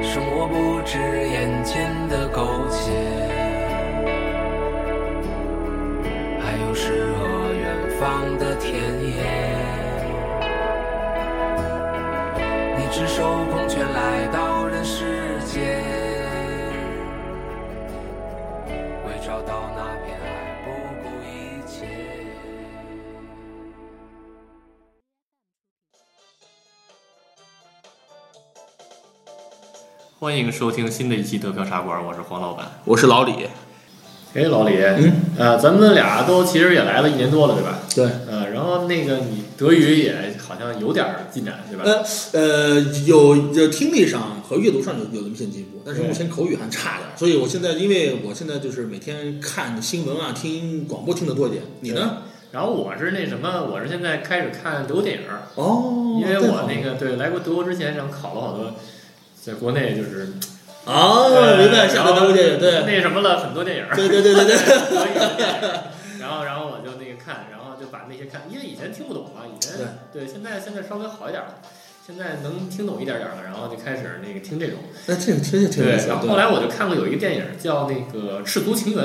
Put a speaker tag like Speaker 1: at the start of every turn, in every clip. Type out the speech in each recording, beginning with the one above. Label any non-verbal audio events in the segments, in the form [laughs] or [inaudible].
Speaker 1: 生活不止眼前的苟且，还有诗和远方的田野。你赤手空拳来到人世间，为找到那片爱不顾一切。
Speaker 2: 欢迎收听新的一期德飘茶馆，我是黄老板。
Speaker 3: 我是老李，
Speaker 4: 哎，老李，嗯，呃，咱们俩都其实也来了一年多了，对吧？
Speaker 3: 对，
Speaker 4: 呃，然后那个你德语也好像有点儿进展，对吧？
Speaker 3: 呃呃，有有听力上和阅读上有有那么些进步，但是目前口语还差点儿，所以我现在因为我现在就是每天看新闻啊，听广播听得多一点。你呢？
Speaker 4: 然后我是那什么，我是现在开始看德国电影儿，
Speaker 3: 哦，
Speaker 4: 因为
Speaker 3: 对
Speaker 4: 我
Speaker 3: 好
Speaker 4: 那个对来过德国之前，然后考了好多，在国内就是
Speaker 3: 哦，明白，
Speaker 4: 呃
Speaker 3: 下载德国电影，
Speaker 4: 然后
Speaker 3: 对，
Speaker 4: 那什么了，很多电影儿，
Speaker 3: 对对对对
Speaker 4: [laughs]
Speaker 3: 对，
Speaker 4: 德语的电影儿 [laughs] 然后然后我就那个看，然后就把那些看，因为以前听不懂嘛，以前对现在现在稍微好一点儿了，现在能听懂一点点儿了，然后就开始那个听这种。
Speaker 3: 那这个听着挺有意思
Speaker 4: 然
Speaker 3: 的。
Speaker 4: 后后来我就看过有一个电影叫那个《赤足情缘》，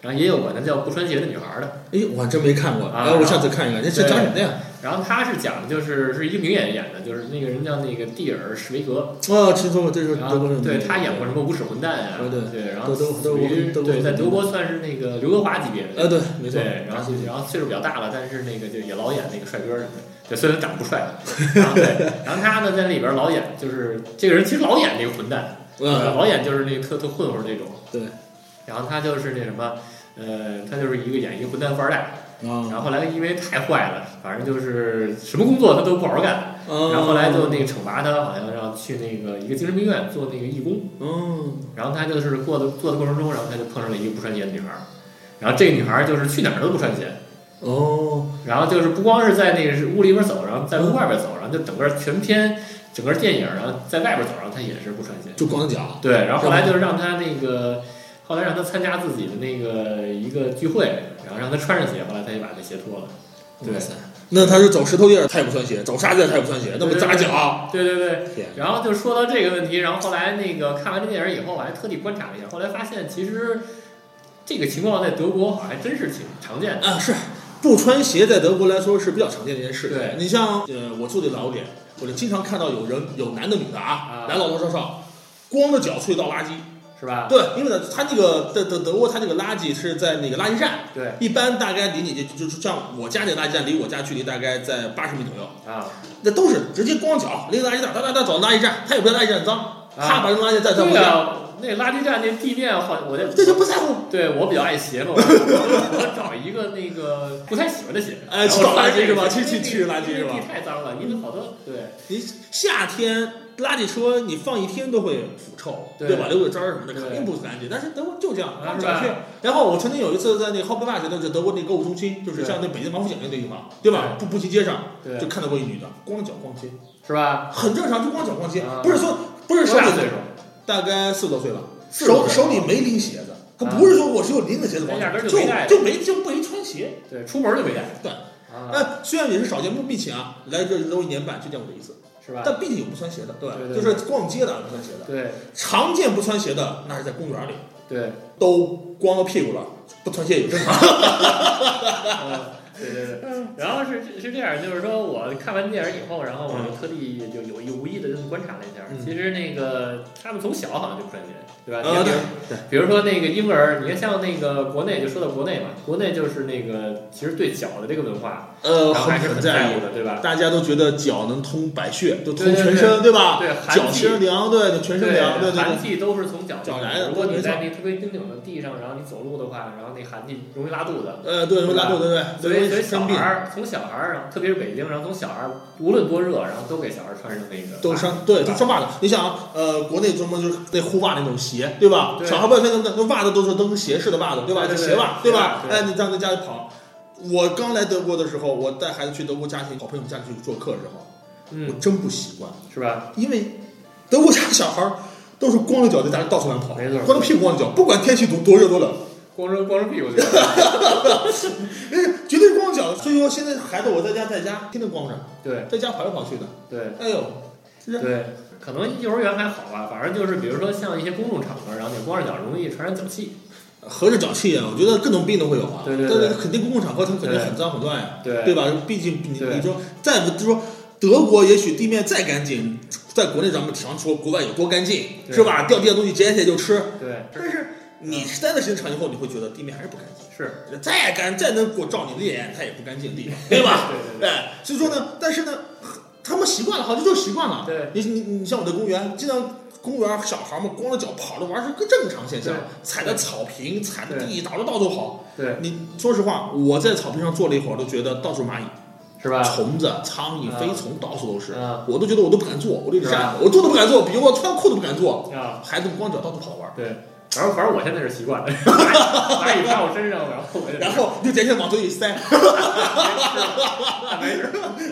Speaker 4: 然后也有管它叫《不穿鞋的女孩》的。
Speaker 3: 对，哎，我还真没看过，
Speaker 4: 啊
Speaker 3: 哎，我下次看一看，这是
Speaker 4: 对
Speaker 3: 讲什么的呀？
Speaker 4: 然后他是讲的就是是一个名演演的，就是那个人叫那个蒂尔·史维格，
Speaker 3: 哦，其实我这是
Speaker 4: 然
Speaker 3: 德
Speaker 4: 后
Speaker 3: 国人，
Speaker 4: 对他演过什么《无耻混蛋》啊，
Speaker 3: 对对
Speaker 4: 对，然后
Speaker 3: 德德德
Speaker 4: 属
Speaker 3: 国
Speaker 4: 于
Speaker 3: 德国
Speaker 4: 对在德国算是那个刘德华级别
Speaker 3: 呃，
Speaker 4: 的，
Speaker 3: 对，没错，
Speaker 4: 对，然后然后岁数比较大了，但是那个就也老演那个帅哥什么的。对，虽然长得不帅，
Speaker 3: [laughs]
Speaker 4: 然后对，然后他呢在里边老演，就是这个人其实老演那个混蛋，
Speaker 3: 嗯，
Speaker 4: 老演就是那个特特混混那种。
Speaker 3: 对。啊
Speaker 4: 然后他就是那什么，呃，他就是一个演一个混蛋富二代。然
Speaker 3: 啊，
Speaker 4: 后后来因为太坏了，反正就是什么工作他都不好好干。
Speaker 3: 嗯
Speaker 4: 然后后来就那个惩罚他，好像让去那个一个精神病院做那个义工。
Speaker 3: 嗯，
Speaker 4: 然后他就是过的做的过程中，然后他就碰上了一个不穿鞋的女孩儿。然后这个女孩儿就是去哪儿都不穿鞋，
Speaker 3: 哦，
Speaker 4: 然后就是不光是在那个是屋里边走，然后在屋外边走，然后就整个全片整个电影，然后在外边走，然后他也是不穿鞋。
Speaker 3: 就光脚，
Speaker 4: 对，然后后来就是让他那个，后来让他参加自己的那个一个聚会，然后让他穿上鞋，后来他就把这鞋脱了。对
Speaker 3: 哇塞，那他是走石头地儿，他也不穿鞋；走沙地儿，他也不穿鞋，那不扎脚？
Speaker 4: 对对对。
Speaker 3: 天哪，
Speaker 4: 然后就说到这个问题，然后后来那个看完这电影以后，我还特地观察了一下，后来发现其实这个情况在德国好像还真是挺常见的。
Speaker 3: 啊，是不穿鞋在德国来说是比较常见的一件事。
Speaker 4: 对
Speaker 3: 你像呃，我住的老远，我就经常看到有人有男的女的啊
Speaker 4: 啊，
Speaker 3: 男老头少少，光着脚去倒垃圾。
Speaker 4: 是吧？
Speaker 3: 对，因为呢，他那个在德德国，他那个垃圾是在那个垃圾站，
Speaker 4: 对
Speaker 3: 一般大概离你就就是像我家那垃圾站离我家距离大概在八十米左右，
Speaker 4: 啊
Speaker 3: 那都是直接光脚拎垃圾袋，哒哒哒走到垃圾站，他也不嫌垃圾站脏，他
Speaker 4: 啊！
Speaker 3: 把扔垃圾袋再回
Speaker 4: 对
Speaker 3: 家，
Speaker 4: 啊，那垃圾站那地面好，我在
Speaker 3: 这就不在乎。
Speaker 4: 对我比较爱鞋嘛，我 [laughs] 我找一个那个不太喜欢的鞋，
Speaker 3: 哎去
Speaker 4: 然后
Speaker 3: 倒垃圾是吧
Speaker 4: 这个
Speaker 3: 去去去垃圾是吧
Speaker 4: 地太脏了，因为好多对。
Speaker 3: 你夏天垃圾车你放一天都会腐臭，
Speaker 4: 对
Speaker 3: 吧？留个渣儿什么的，
Speaker 4: 对
Speaker 3: 肯定不干净。但是德国就这样，
Speaker 4: 啊
Speaker 3: 然后
Speaker 4: 是
Speaker 3: 小
Speaker 4: 吧
Speaker 3: 去。然后我曾经有一次在那个 h o p p 大学，就是德国那购物中心，就是
Speaker 4: 对
Speaker 3: 像那北京王府井那地方，对吧？步步行街上
Speaker 4: 对
Speaker 3: 就，看到过一女的光脚逛街，
Speaker 4: 是吧？
Speaker 3: 很正常，就光脚逛街
Speaker 4: 啊，
Speaker 3: 不是说不是
Speaker 4: 多
Speaker 3: 手
Speaker 4: 大
Speaker 3: 里
Speaker 4: 岁数？
Speaker 3: 大概四十多岁吧，
Speaker 4: 四十多
Speaker 3: 手手里没拎鞋子。可
Speaker 4: 啊
Speaker 3: 不是说我只有拎着鞋子逛街
Speaker 4: 压根，儿就
Speaker 3: 就
Speaker 4: 没带
Speaker 3: 就没就没穿鞋。
Speaker 4: 对，出门就没带。
Speaker 3: 对
Speaker 4: 啊，
Speaker 3: 那虽然也是少见，不密切啊，来这都一年半就见过这一次，
Speaker 4: 是吧？
Speaker 3: 但毕竟有不穿鞋的，对吧
Speaker 4: 对？对
Speaker 3: 就是逛街的啊不穿鞋的，
Speaker 4: 对
Speaker 3: 常见不穿鞋的，那是在公园里
Speaker 4: 对，
Speaker 3: 都光了屁股了，不穿鞋也正常。
Speaker 4: 嗯对对对。然后是是这样，就是说我看完电影以后，然后我就特地就有意无意的这么观察了一下。
Speaker 3: 嗯
Speaker 4: 其实那个他们从小好像就不穿鞋，对吧？
Speaker 3: 呃
Speaker 4: 你看
Speaker 3: 对
Speaker 4: 比如比如说那个婴儿，你看像那个国内，就说到国内嘛，国内就是那个其实对脚的这个文化，
Speaker 3: 呃，
Speaker 4: 然后还
Speaker 3: 很
Speaker 4: 是很
Speaker 3: 在
Speaker 4: 在
Speaker 3: 乎
Speaker 4: 乎。的，对吧？
Speaker 3: 大家都觉得脚能通百穴，就通
Speaker 4: 对对
Speaker 3: 全身，对吧？
Speaker 4: 对，寒
Speaker 3: 脚
Speaker 4: 季
Speaker 3: 心凉，对，全身凉，对对
Speaker 4: 寒
Speaker 3: 对。
Speaker 4: 气都是从脚
Speaker 3: 脚来的
Speaker 4: 如果
Speaker 3: 对
Speaker 4: 你
Speaker 3: 没
Speaker 4: 在那特别冰冷的地上，然后你走路的话，然后那寒气容易拉肚子。
Speaker 3: 呃，对，
Speaker 4: 对吧
Speaker 3: 拉肚子，对
Speaker 4: 所以所以
Speaker 3: 会
Speaker 4: 小
Speaker 3: 生
Speaker 4: 孩
Speaker 3: 病，
Speaker 4: 儿从小孩儿，然后特别是北京，然后从小孩儿无论多热，然后都给小孩儿穿上那个
Speaker 3: 都伤对都
Speaker 4: 袜
Speaker 3: 穿袜子。你想啊，呃，国内中国就是那护袜那种鞋，对吧？
Speaker 4: 对
Speaker 3: 小孩不要穿那那袜子都是都是鞋式的袜子，对吧？
Speaker 4: 对对
Speaker 3: 就
Speaker 4: 对
Speaker 3: 鞋袜，
Speaker 4: 对
Speaker 3: 吧？
Speaker 4: 对
Speaker 3: 哎，你让在家里跑。我刚来德国的时候，我带孩子去德国家庭好朋友家去做客的时候，我
Speaker 4: 嗯，
Speaker 3: 真不习惯，
Speaker 4: 是吧？
Speaker 3: 因为德国家小孩儿都是光着脚在家里到处乱跑，
Speaker 4: 没错
Speaker 3: 光着屁股光着脚，不管天气多多热多冷，
Speaker 4: 光着光着屁股去了，
Speaker 3: 哎，绝对是光着脚。所以说现在孩子我在家在家天天光着，
Speaker 4: [laughs] 对
Speaker 3: 在家跑来跑去的，
Speaker 4: 对
Speaker 3: 哎呦，是
Speaker 4: 对，可能幼儿园还好吧，反正就是比如说像一些公众场合，然后你光着脚容易传染脚气，
Speaker 3: 合着脚气啊，我觉得各种病都会有啊。
Speaker 4: 对对
Speaker 3: 但
Speaker 4: 对
Speaker 3: 是肯定公共场合它肯定很脏很乱呀、
Speaker 4: 对
Speaker 3: 对吧？毕竟你
Speaker 4: 对
Speaker 3: 你说再不就说德国也许地面再干净，在国内咱们常说国外有多干净
Speaker 4: 对嗯
Speaker 3: 是吧？掉地上东西捡起来就吃，
Speaker 4: 对，
Speaker 3: 但是你待的时间长以后，你会觉得地面还是不干净。
Speaker 4: 是，
Speaker 3: 再干再能给我照你的眼，它也不干
Speaker 4: [laughs]
Speaker 3: 净的地方，对吧？
Speaker 4: 对对对
Speaker 3: 哎，所以说呢，但是呢，他们习惯了，好像就习惯了。
Speaker 4: 对
Speaker 3: 你你你像我在公园，经常公园小孩们光着脚跑着玩是个正常现象
Speaker 4: 对，
Speaker 3: 踩着草坪，踩着地，打着到处跑。
Speaker 4: 对，
Speaker 3: 你说实话，我在草坪上坐了一会儿，都觉得到处蚂蚁、
Speaker 4: 是吧？
Speaker 3: 虫子、苍蝇、
Speaker 4: 啊
Speaker 3: 飞虫，到处都是
Speaker 4: 啊，
Speaker 3: 我都觉得我都不敢坐，我都得
Speaker 4: 是啊吧
Speaker 3: 站着，我坐都不敢坐，比如我穿裤子都不敢坐。
Speaker 4: 啊，
Speaker 3: 孩子们光脚到处跑玩，
Speaker 4: 对，反正反正我现在是习惯了，蚂蚁爬我身上，然后我就
Speaker 3: 然后你就捡起来往嘴里塞，
Speaker 4: 没事， [laughs] 对，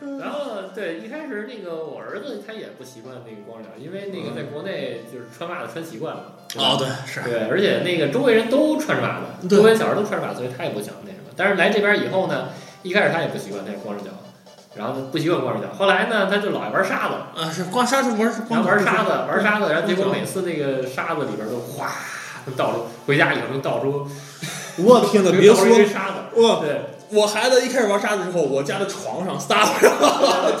Speaker 4: 对，然后对，一开始那个我儿子他也不习惯那个光着脚，因为那个在国内就是穿袜子穿习惯了。对吧
Speaker 3: 哦，对，是
Speaker 4: 对，而且那个周围人都穿着袜子，
Speaker 3: 对
Speaker 4: 周围小孩都穿着袜子，所以他也不想那什么。但是来这边以后呢，一开始他也不习惯，他也光着脚，然后不习惯光着脚。后来呢，他就老爱玩沙子，
Speaker 3: 啊，是刮沙是玩
Speaker 4: 然
Speaker 3: 光
Speaker 4: 后玩沙
Speaker 3: 沙
Speaker 4: 子，玩沙子，然后结果每次那个沙子里边都哗倒出，回家以后能倒出，
Speaker 3: 我天哪，
Speaker 4: 能
Speaker 3: 别
Speaker 4: 倒出一堆
Speaker 3: 说
Speaker 4: 沙子。
Speaker 3: 我，
Speaker 4: 对，
Speaker 3: 我孩子一开始玩沙子之后，我家的床上、撒子上，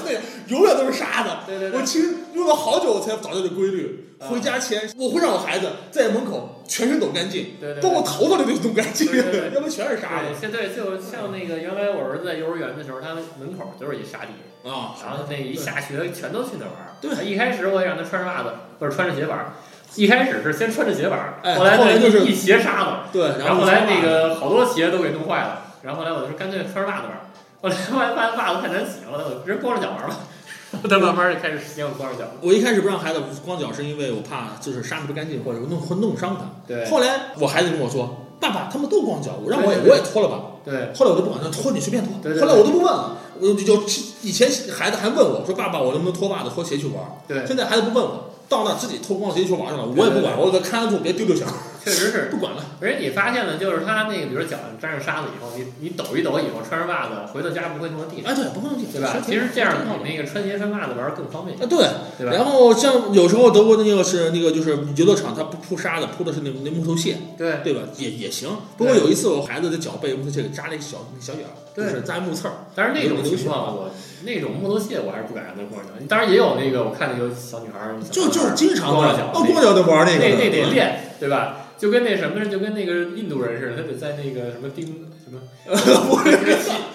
Speaker 3: [laughs] 对，永远都是沙子。 [laughs]
Speaker 4: 对对对
Speaker 3: 我其实用了好久，我才找到这个规
Speaker 4: 啊
Speaker 3: 律。回家前，我会让我孩子在门口全身抖干净，
Speaker 4: 对对对
Speaker 3: 包括头发都得弄干净，
Speaker 4: 对对对
Speaker 3: 要不然全是沙
Speaker 4: 对，
Speaker 3: 子
Speaker 4: 现在就像那个原来我儿子在幼儿园的时候，他门口就是一沙地，
Speaker 3: 啊。
Speaker 4: 然后那一下学全都去那玩儿。啊
Speaker 3: 对
Speaker 4: 他一开始我也让他穿着袜子，不是穿着鞋板儿，一开始是先穿着鞋板儿，
Speaker 3: 哎
Speaker 4: 后来
Speaker 3: 后来
Speaker 4: 呢
Speaker 3: 就是
Speaker 4: 一鞋沙子，
Speaker 3: 对，
Speaker 4: 然后
Speaker 3: 后
Speaker 4: 后来那个好多鞋都给弄坏了，然后后来我就说干脆穿着袜子玩儿，后来后来发现袜子太难洗了，我直接光着脚玩儿吧， [laughs] 他慢慢就开始习惯光着脚了。
Speaker 3: 我一开始不让孩子光脚，是因为我怕就是沙子不干净，或者弄会弄伤他。
Speaker 4: 对
Speaker 3: 后来我孩子跟我说：“爸爸，他们都光脚，我让我也
Speaker 4: 对对对
Speaker 3: 我也脱了吧。”
Speaker 4: 对
Speaker 3: 后来我就不管他脱，你随便脱。
Speaker 4: 对对对
Speaker 3: 后来我都不问了，我就就以前孩子还问我说：“爸爸，我能不能脱袜子、脱鞋去玩
Speaker 4: 对？”，
Speaker 3: 现在孩子不问我，到那自己脱光鞋去玩去了，我也不管，我给他看住，别丢 [laughs] 哎就行，
Speaker 4: 确实是
Speaker 3: 不管了。
Speaker 4: 而且你发现了，就是他那个，比如脚上沾上沙子以后，你你抖一抖以后，穿上袜子回到家不会弄到地上，
Speaker 3: 哎，对，不碰地，
Speaker 4: 对吧？其
Speaker 3: 挺
Speaker 4: 实这样
Speaker 3: 挺好
Speaker 4: 比
Speaker 3: 的。
Speaker 4: 那个穿鞋穿袜子玩儿更方便，
Speaker 3: 啊，对，
Speaker 4: 对吧？
Speaker 3: 然后像有时候德国那个是那个就是游乐场，它不铺沙子，铺的是那那木头屑，
Speaker 4: 对
Speaker 3: 对吧？也也行。不过
Speaker 4: 对
Speaker 3: 有一次我孩子的脚被木头屑给扎了一小小眼儿，就
Speaker 4: 对
Speaker 3: 是扎木刺儿。
Speaker 4: 但是那种情况，我那种木头屑我还是不敢让他光着脚。当然也有那个，我看有小女孩儿，
Speaker 3: 就就经常
Speaker 4: 光着
Speaker 3: 的，
Speaker 4: 脚，
Speaker 3: 哦，光脚的嗯玩
Speaker 4: 那
Speaker 3: 那个，
Speaker 4: 那那得练，对吧？就跟那什么似的，就跟那个印度人似的，他得在那个什么丁什
Speaker 3: [laughs]
Speaker 4: 么，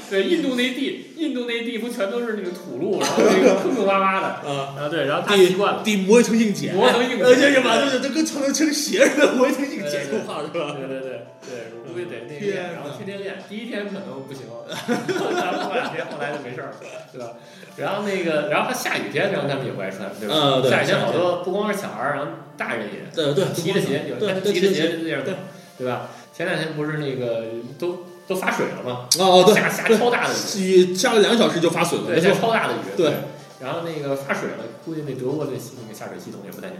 Speaker 4: 对，印度那地，印度那地不全都是那个土路，然后那个坑坑洼洼的，
Speaker 3: 啊。
Speaker 4: 啊对，然后他习惯了，
Speaker 3: 得磨成硬茧，
Speaker 4: 磨成硬茧
Speaker 3: 而且什么就是这跟成成成鞋似的，磨成硬茧这种话是吧？
Speaker 4: 对对对对，我估计得那个
Speaker 3: 天
Speaker 4: 练，然后
Speaker 3: 哪
Speaker 4: 天天练。第一天可能不行，
Speaker 3: [laughs]
Speaker 4: 然后过两天后来就没事儿，对吧？然后那个，然后下雨天，然后他们也不爱穿，对吧？
Speaker 3: 嗯对
Speaker 4: 下雨天好多不光是小孩儿，然后大人也
Speaker 3: 对对，
Speaker 4: 提着鞋，有
Speaker 3: 对
Speaker 4: 他们
Speaker 3: 对
Speaker 4: 提着
Speaker 3: 提着
Speaker 4: 鞋就这样
Speaker 3: 对
Speaker 4: 走，对吧？前两天不是那个都都发水了吗？
Speaker 3: 哦对
Speaker 4: 下下
Speaker 3: 对
Speaker 4: 超大的雨，
Speaker 3: 雨下了两个小时就发水了，
Speaker 4: 对，
Speaker 3: 没
Speaker 4: 下
Speaker 3: 错，
Speaker 4: 超大的雨，
Speaker 3: 对
Speaker 4: 对。然后那个发水了，估计那德国那那个下水系统也不太行。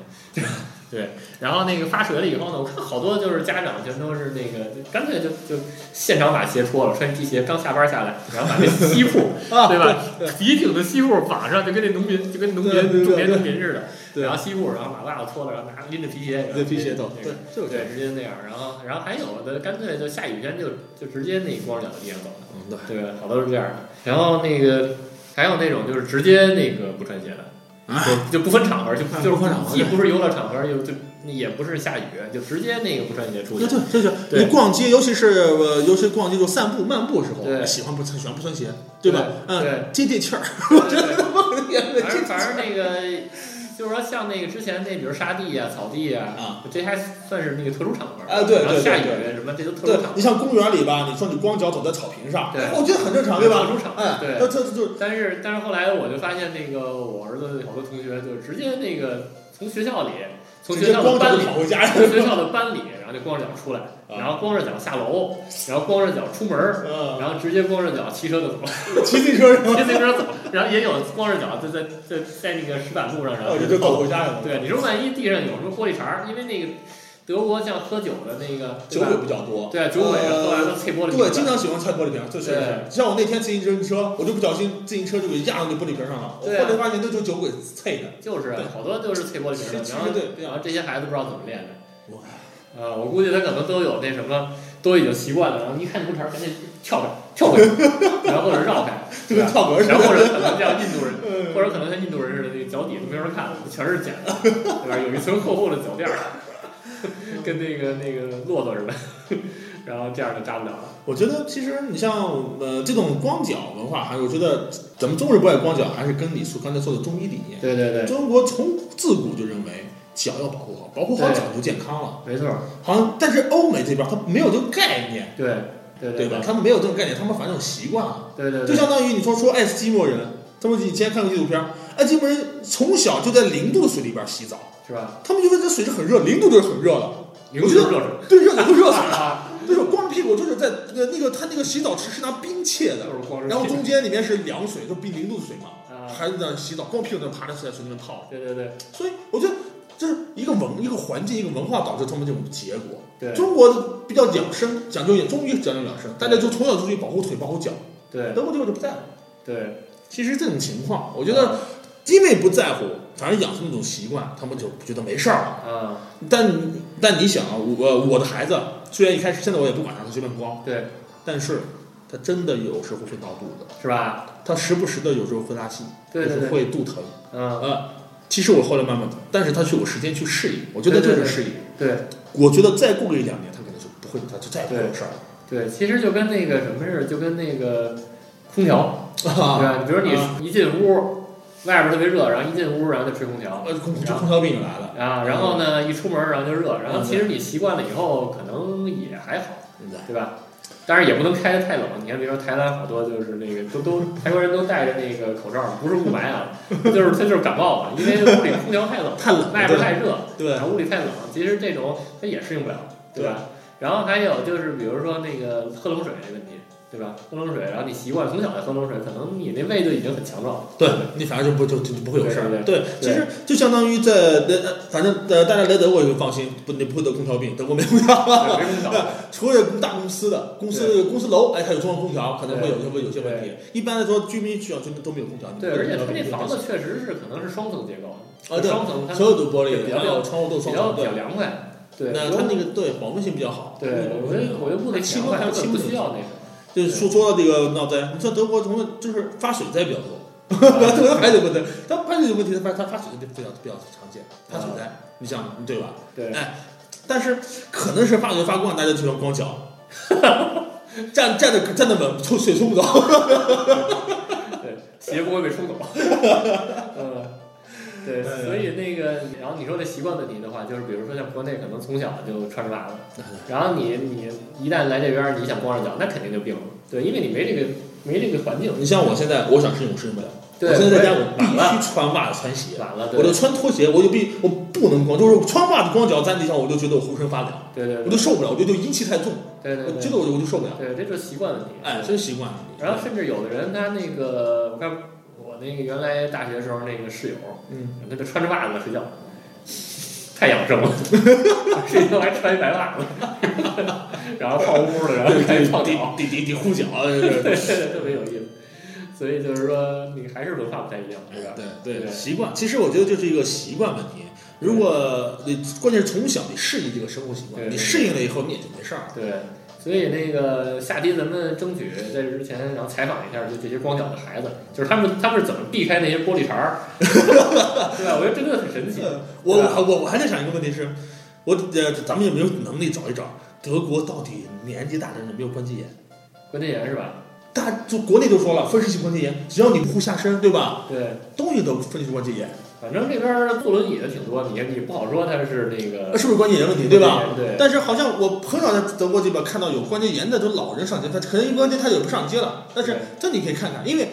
Speaker 4: 对，然后那个发水了以后呢，我看好多就是家长全都是那个，就干脆就就现场把鞋脱了，穿皮鞋，刚下班下来，然后把那西
Speaker 3: [laughs]
Speaker 4: 裤，
Speaker 3: 啊
Speaker 4: 对吧？
Speaker 3: 对
Speaker 4: 笔挺的西裤绑上，就跟那农民就跟农民
Speaker 3: 对对对
Speaker 4: 种田
Speaker 3: 对
Speaker 4: 农民似的，
Speaker 3: 对
Speaker 4: 然后西裤，然后把袜子脱了，然后拿拎着皮鞋，然后
Speaker 3: 对皮鞋走，
Speaker 4: 那
Speaker 3: 对
Speaker 4: 个，
Speaker 3: 就是这
Speaker 4: 对，
Speaker 3: 样，
Speaker 4: 直接那样。然后然后还有的干脆就下雨天就就直接那光着脚在地上走了。
Speaker 3: 嗯对
Speaker 4: 对，好多是这样的。然后那个还有那种就是直接那个不穿鞋的，
Speaker 3: 啊，
Speaker 4: 就就不分场合，就
Speaker 3: 啊
Speaker 4: 就是
Speaker 3: 不分场合
Speaker 4: 既不是游乐场合，又就也不是下雨，就直接那个不穿鞋出去
Speaker 3: 对。对对对，
Speaker 4: 对
Speaker 3: 你逛街，尤其是呃，尤其逛街就散步漫步的时候，
Speaker 4: 对
Speaker 3: 喜欢不喜欢不穿鞋，对吧？
Speaker 4: 对 [laughs]
Speaker 3: [laughs] 嗯，接地气儿，
Speaker 4: 对对对
Speaker 3: 我
Speaker 4: 反正
Speaker 3: 觉得接地气
Speaker 4: 反正
Speaker 3: 儿，
Speaker 4: 那个就是说像那个之前那比如沙地啊、草地啊，
Speaker 3: 啊，
Speaker 4: 这还算是那个特殊场合
Speaker 3: 啊对对
Speaker 4: 然后下雨
Speaker 3: 对
Speaker 4: 什么这都特
Speaker 3: 对
Speaker 4: 殊场，合，
Speaker 3: 你像公园里吧，你说你光脚走在草坪上，
Speaker 4: 对
Speaker 3: 我觉得很正常，对吧？
Speaker 4: 特殊场合，
Speaker 3: 哎，
Speaker 4: 对
Speaker 3: 那。这这就
Speaker 4: 但是但是后来我就发现，那个我儿子好多同学就直接那个从学校里，从
Speaker 3: 直
Speaker 4: 学
Speaker 3: 接
Speaker 4: 校
Speaker 3: 光
Speaker 4: 的班
Speaker 3: 脚
Speaker 4: 里
Speaker 3: 跑，回家，
Speaker 4: 从学校的班里，然后就光着脚出来，
Speaker 3: 啊
Speaker 4: 然后光着脚下楼，然后光着脚出门，
Speaker 3: [laughs] 嗯，
Speaker 4: 然后直接光着脚骑车就走，
Speaker 3: 骑自行车
Speaker 4: [laughs] 骑自行车走，然后也有光着脚就在在在那个石板路上，然后
Speaker 3: 哦我就就走。回家去了。
Speaker 4: 对，你说万一地上有什么玻璃碴儿，因为那个德国像喝酒的那个
Speaker 3: 酒鬼比较多，
Speaker 4: 对吧对啊酒鬼
Speaker 3: 呃
Speaker 4: 喝完了碎玻璃瓶
Speaker 3: 对，
Speaker 4: 子
Speaker 3: 经常喜欢拆玻璃瓶，这是
Speaker 4: 对
Speaker 3: 像我那天自行车，我就不小心自行车就给压到那玻璃瓶上了，我后
Speaker 4: 对啊
Speaker 3: 来发现那就是酒鬼碎的。
Speaker 4: 就是啊
Speaker 3: 对
Speaker 4: 好多就是碎玻璃瓶
Speaker 3: 其
Speaker 4: 的，
Speaker 3: 实
Speaker 4: 然后
Speaker 3: 对对啊
Speaker 4: 然后这些孩子不知道怎么练的
Speaker 3: 哇。
Speaker 4: 啊，我估计他可能都有那什么，都已经习惯了，然后一看这布条儿，赶紧跳开，跳回去，然后或者绕开，
Speaker 3: [laughs] 就跟跳格似
Speaker 4: 然
Speaker 3: 的。
Speaker 4: 后或者可能像印度人，
Speaker 3: [laughs] 嗯
Speaker 4: 或者可能像印度人似的，那个脚底都没人看，全是茧，对吧？有一层厚厚的脚垫儿， [laughs] 跟那个那个骆驼似的，然后这样就扎不了了。
Speaker 3: 我觉得其实你像呃这种光脚文化，还是我觉得咱们中国人不爱光脚，还是跟你说刚才说的中医理念。
Speaker 4: 对对对，
Speaker 3: 中国从自古就认为脚要保护好，保护好
Speaker 4: 对
Speaker 3: 脚就健康了。
Speaker 4: 没错儿，
Speaker 3: 好像但是欧美这边他没有这个概念，
Speaker 4: 对对
Speaker 3: 对吧
Speaker 4: 对？
Speaker 3: 他们没有这种概念，他们反正有习惯了。
Speaker 4: 对对
Speaker 3: 就
Speaker 4: 对，
Speaker 3: 相当于你说说爱斯基摩人，他们以前看过纪录片，爱斯基摩人从小就在零度的水里边洗澡，
Speaker 4: 是吧？
Speaker 3: 他们就说这水是很热，零度就是很热了，
Speaker 4: 流出热水，
Speaker 3: 对，热水就 [laughs] 热死了，
Speaker 4: 啊，
Speaker 3: 就是光屁股就是在那个那个他那个洗澡池是拿冰切
Speaker 4: 就
Speaker 3: 的，
Speaker 4: 是光着
Speaker 3: 然后
Speaker 4: 屁股
Speaker 3: 中间里面是凉水，就冰零度的水嘛，
Speaker 4: 啊，
Speaker 3: 孩子在那洗澡，光屁股在那趴着在水里面泡，
Speaker 4: 对对对
Speaker 3: 所以我觉得这是一个文一个环境一个文化导致他们这种结果。
Speaker 4: 对
Speaker 3: 中国比较养生，讲究也中医讲究养生，大家就从小就注意保护腿保护脚，
Speaker 4: 对
Speaker 3: 德国这个就不在乎。
Speaker 4: 对，
Speaker 3: 其实这种情况，我觉得因为不在乎，反而养成那种习惯，他们就觉得没事儿了。
Speaker 4: 啊，
Speaker 3: 但但你想啊，我我的孩子虽然一开始现在我也不管他，他随便光，
Speaker 4: 对，
Speaker 3: 但是他真的有时候会闹肚子，
Speaker 4: 是吧？
Speaker 3: 他时不时的有时候会拉稀，
Speaker 4: 对
Speaker 3: 有
Speaker 4: 对
Speaker 3: 时候
Speaker 4: 对，
Speaker 3: 会肚疼。
Speaker 4: 嗯，
Speaker 3: 呃，其实我后来慢慢的，但是他是有时间去适应，我觉得
Speaker 4: 对
Speaker 3: 这
Speaker 4: 对对
Speaker 3: 是适应。
Speaker 4: 对
Speaker 3: 我觉得再过个一两年，他可能就不会，他就再也不会有
Speaker 4: 对
Speaker 3: 事儿
Speaker 4: 对，其实就跟那个什么似的，就跟那个空调。对
Speaker 3: 了。
Speaker 4: 吧？比如
Speaker 3: 啊
Speaker 4: 你一进屋，外边特别热，然后一进屋，然后就吹空调
Speaker 3: [laughs] 呃，空这空调病就来了，
Speaker 4: 啊，然后呢一出门然后就热，然后其实你习惯了以后，可能也还好，
Speaker 3: 现在
Speaker 4: 对吧？当然也不能开的太冷，你看，比如说台湾好多就是那个都都台湾人都戴着那个口罩，不是雾霾啊，就是他就是感冒了，因为屋里空调太冷，
Speaker 3: 太冷了
Speaker 4: 外边太热，
Speaker 3: 对
Speaker 4: 然后屋里太冷，其实这种它也适应不了，对吧？然后还有就是，比如说那个喝冷水这问题，对吧？喝冷水，然后你习惯从小就喝冷水，可能你那胃就已经很强壮了。
Speaker 3: 对你反而就不就就就不会有事儿。
Speaker 4: 对
Speaker 3: 对，其实就相当于在呃，反正呃，大家来德国就放心，不你不会得空调病，德国没空调。
Speaker 4: 对没什么搞。
Speaker 3: [laughs] 除了大公司的公司公司楼，哎，它有中央空调，可能会有些会有些问题。一般来说，居民区啊，居民都没有空调。你 [laughs]
Speaker 4: 对，
Speaker 3: 没有
Speaker 4: 而且
Speaker 3: 空调
Speaker 4: 它那
Speaker 3: 你就
Speaker 4: 房
Speaker 3: 担心
Speaker 4: 子确实是可能是双层结构，
Speaker 3: 啊对
Speaker 4: 双层它
Speaker 3: 所有都玻璃，
Speaker 4: 比较
Speaker 3: 然后窗户都是
Speaker 4: 比
Speaker 3: 双
Speaker 4: 较
Speaker 3: 层
Speaker 4: 比较
Speaker 3: 的。
Speaker 4: 凉快。对，
Speaker 3: 那它那个对保温性比较好。
Speaker 4: 对，我觉得我觉得不能
Speaker 3: 气
Speaker 4: 凉
Speaker 3: 温还
Speaker 4: 快，
Speaker 3: 有气
Speaker 4: 不
Speaker 3: 温
Speaker 4: 不需要那个。
Speaker 3: 就是说说到这个闹灾，你说德国什么就是发水灾比较
Speaker 4: [laughs]
Speaker 3: 多，德国还得问题，它发水的问题，它发它发水灾比较比较常见，发水灾，你想对吧？
Speaker 4: 哦对
Speaker 3: 哎但是可能是发觉发光，大家就喜欢光脚， [laughs] 站站着站得稳，冲水冲不着。
Speaker 4: 对，鞋不会被冲走。 [laughs] 嗯，对，
Speaker 3: 哎呀
Speaker 4: 所以那个，然后你说这习惯问题的话，就是比如说像国内可能从小就穿着袜子，
Speaker 3: 嗯
Speaker 4: 然后你你一旦来这边儿，你想光着脚，那肯定就病了。对，因为你没这个没这个环境，
Speaker 3: 你像我现在，我想适应我适应不了，
Speaker 4: 对
Speaker 3: 我现在在家
Speaker 4: 我也
Speaker 3: 我必
Speaker 4: 懒了
Speaker 3: 须穿袜子穿鞋，
Speaker 4: 懒了，
Speaker 3: 我就
Speaker 4: 对
Speaker 3: 穿拖鞋，我就必我不能光，就是穿袜子光脚站地上，我就觉得我浑身发凉，
Speaker 4: 对对
Speaker 3: 我
Speaker 4: 对
Speaker 3: 就受不了，我觉得就阴气太重，
Speaker 4: 对对
Speaker 3: 我觉
Speaker 4: 对，
Speaker 3: 得我就我就受不了，
Speaker 4: 对，这就是习惯问题。
Speaker 3: 哎，真习惯了。
Speaker 4: 然后甚至有的人他那个，我看我那个原来大学时候那个室友，
Speaker 3: 嗯，
Speaker 4: 他就穿着袜子睡觉，太养生了，睡觉还穿一白袜子， [laughs] 然后泡屋了，然后开始泡脚， [laughs]
Speaker 3: 得得得护脚，对
Speaker 4: 特别有意思。所以就是说，你还是文化不太一样，对吧？
Speaker 3: 对
Speaker 4: 对
Speaker 3: 习惯。其实我觉得就是一个习惯问题。如果你关键是从小你适应这个生活习
Speaker 4: 对
Speaker 3: 惯，
Speaker 4: 对
Speaker 3: 你适应了以后你也就没事儿了。
Speaker 4: 对，所以那个下期咱们争取在这之前，然后采访一下，就这些光脚的孩子，就是他们他们是怎么避开那些玻璃碴儿， [laughs] 对吧？我觉得真的很神奇。
Speaker 3: 呃我我还我我还在想一个问题是，我呃咱们有没有能力找一找德国到底年纪大的人有没有关节炎？
Speaker 4: 关键炎是吧？
Speaker 3: 大就国内就说了，分时性关节炎，只要你不下身，对吧？
Speaker 4: 对
Speaker 3: 东西都分时性关节炎。
Speaker 4: 反正这边儿坐轮椅的挺多，你你不好说他是那个
Speaker 3: 呃是不是关节炎问题，对吧？？
Speaker 4: 对，
Speaker 3: 但是好像我很少在德国这边看到有关节炎的，都老人上街，他可能关节他也不上街了。但是
Speaker 4: 对
Speaker 3: 这你可以看看，因为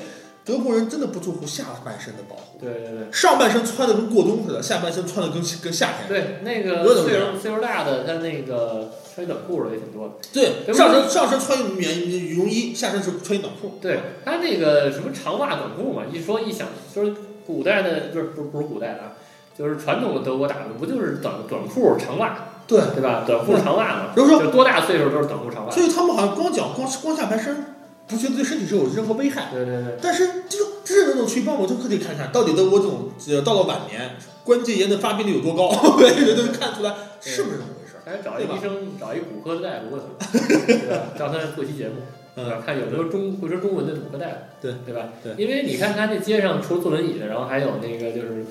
Speaker 3: 德国人真的不注重下半身的保护，
Speaker 4: 对对对。
Speaker 3: 上半身穿的跟过冬似的，下半身穿的跟跟夏天。
Speaker 4: 对，那个
Speaker 3: 有
Speaker 4: 岁
Speaker 3: 点不一
Speaker 4: 数岁数大的，他那个穿短裤的也挺多的。
Speaker 3: 对，
Speaker 4: 对
Speaker 3: 上身上身穿棉羽绒衣，下身是穿一短裤。
Speaker 4: 对他那个什么长袜短裤嘛，一说一想，就是古代的，不是不是不是古代的啊，就是传统的德国打的，不就是短短裤长袜，
Speaker 3: 对，
Speaker 4: 对吧？短裤长袜嘛，
Speaker 3: 比如说
Speaker 4: 就多大岁数都是短裤长袜。
Speaker 3: 所以他们好像光脚光光下半身，不觉得对身体是有任何危害。
Speaker 4: 对对对，
Speaker 3: 但是这个这种去帮我就可以看看到底德国这种呃到了晚年关节炎的发病率有多高， [laughs] 我也觉得能看出来是不是这么回事儿。
Speaker 4: 还哎找一
Speaker 3: 对吧
Speaker 4: 医生，找一骨科大夫问
Speaker 3: [laughs]
Speaker 4: 问，对吧？让他做期节目，对吧？看有没有中会说中文的骨科大夫，
Speaker 3: 嗯对
Speaker 4: 对吧？
Speaker 3: 对
Speaker 4: 因为你看他那街上除了坐轮椅的，然后还有那个就是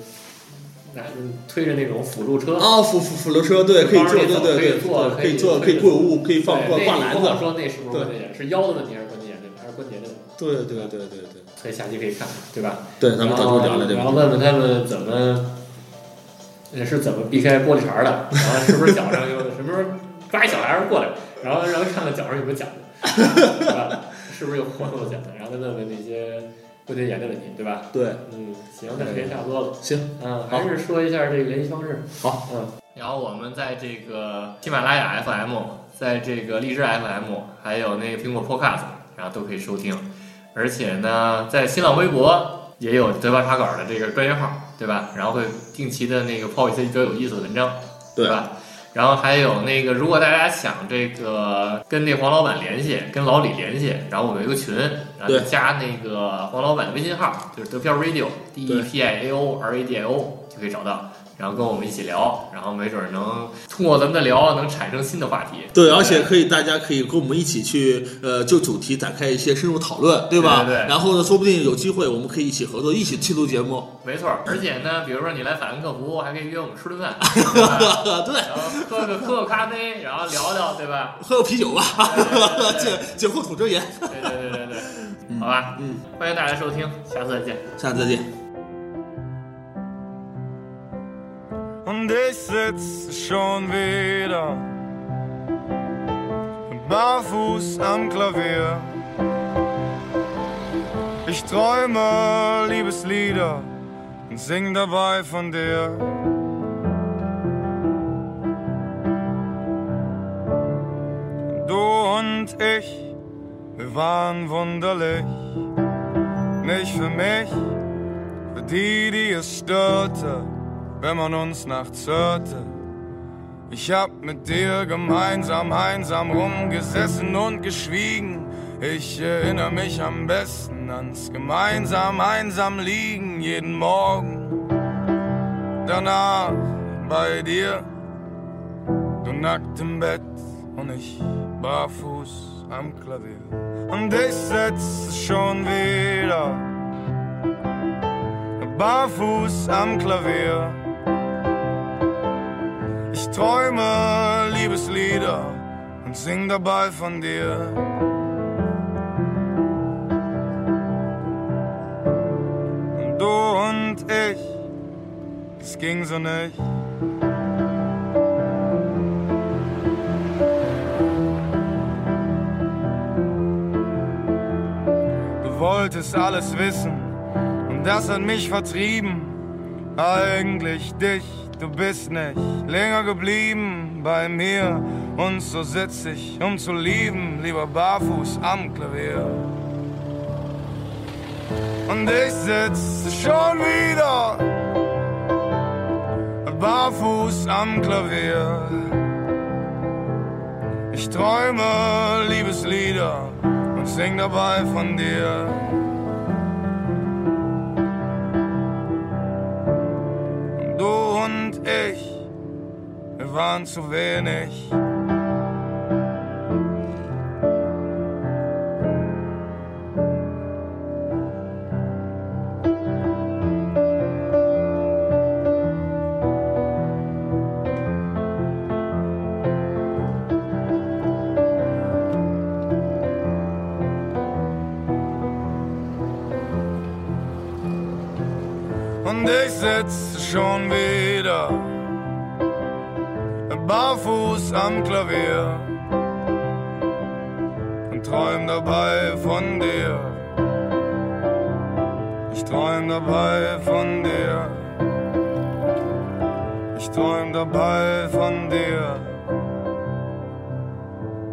Speaker 4: 拿嗯推着那种辅助车，
Speaker 3: 啊，辅辅辅流车对，可以坐，对对对，可以坐，可以过物，可以放挂
Speaker 4: 对
Speaker 3: 挂
Speaker 4: 那你
Speaker 3: 篮
Speaker 4: 不好
Speaker 3: 子，
Speaker 4: 说那是不是关节炎？是腰的问题还是关节炎的问题？还是关节的问题？
Speaker 3: 对对对对对对
Speaker 4: 所以下期可以看看，对吧？
Speaker 3: 对，咱们到时候聊聊这
Speaker 4: 然后
Speaker 3: 个。
Speaker 4: 问问他们怎么呃是怎么避开玻璃碴的，然后是不是脚上有 [laughs] 什么时候抓一小孩儿过来，然后让他看看脚上有没有茧子，对吧？是不是有藨漏茧子？然后再问问那些关节炎的问题，对吧？
Speaker 3: 对，
Speaker 4: 嗯，行，那时间差不多了。
Speaker 3: 行，
Speaker 4: 嗯，
Speaker 3: 好
Speaker 4: 还是说一下这个联系方式。
Speaker 3: 好，
Speaker 4: 嗯，然后我们在这个喜马拉雅 FM，在这个荔枝 FM，还有那个苹果 Podcast，然后都可以收听。而且呢，在新浪微博也有德巴茶馆的这个专业号，对吧？然后会定期的那个抛一些比较有意思的文章，
Speaker 3: 对啊
Speaker 4: 吧？然后还有那个，如果大家想这个跟那黄老板联系，跟老李联系，然后我们有一个群，然后就
Speaker 3: 对
Speaker 4: 加那个黄老板的微信号，就是德票 radio d e p i a o r a d i o 就可以找到，然后跟我们一起聊，然后没准能通过咱们的聊能产生新的话题。
Speaker 3: 对，而且可以，大家可以跟我们一起去，呃，就主题展开一些深入讨论，对吧？
Speaker 4: 对对对
Speaker 3: 然后呢，说不定有机会，我们可以一起合作，一起去录节目。
Speaker 4: 没错，而且呢，比如说你来法兰克福，还可以约我们吃顿
Speaker 3: [laughs]
Speaker 4: 饭，对吧
Speaker 3: 呃，对，
Speaker 4: 然后喝个喝个咖啡，然后聊聊，对吧？
Speaker 3: 喝个啤酒吧， [laughs]
Speaker 4: 对对对
Speaker 3: 解解惑吐真言。
Speaker 4: 对对对对对，好吧，
Speaker 3: 嗯，
Speaker 4: 欢迎大家收听，下次再见。
Speaker 3: 下次再见。
Speaker 5: und ich sitz schon wieder barfuß am Klavier. Ich träume Liebeslieder und sing dabei von dir. Du und ich, wir waren wunderlich, nicht für mich, für die, die es störte wenn man uns nachts hörte. Ich hab mit dir gemeinsam einsam rumgesessen und geschwiegen. Ich erinnere mich am besten ans gemeinsam einsam liegen jeden Morgen. Danach bei dir, du nackt im Bett und ich barfuß am Klavier. Und ich sitz schon wieder barfuß am Klavier. Ich träume Liebeslieder und sing dabei von dir. Und du und ich, es ging so nicht. Du wolltest alles wissen und das hat mich vertrieben. Eigentlich dich, du bist nicht länger geblieben bei mir. Und so sitz ich, um zu lieben, lieber barfuß am Klavier. Und ich sitz schon wieder barfuß am Klavier. Ich träume Liebeslieder und sing dabei von dir. Du und ich, wir waren zu wenig. Und und ich sitze schon wieder barfuß am Klavier und träum dabei von dir. Ich träum dabei von dir. Ich träum dabei von dir.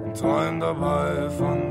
Speaker 5: Und träum dabei von dir.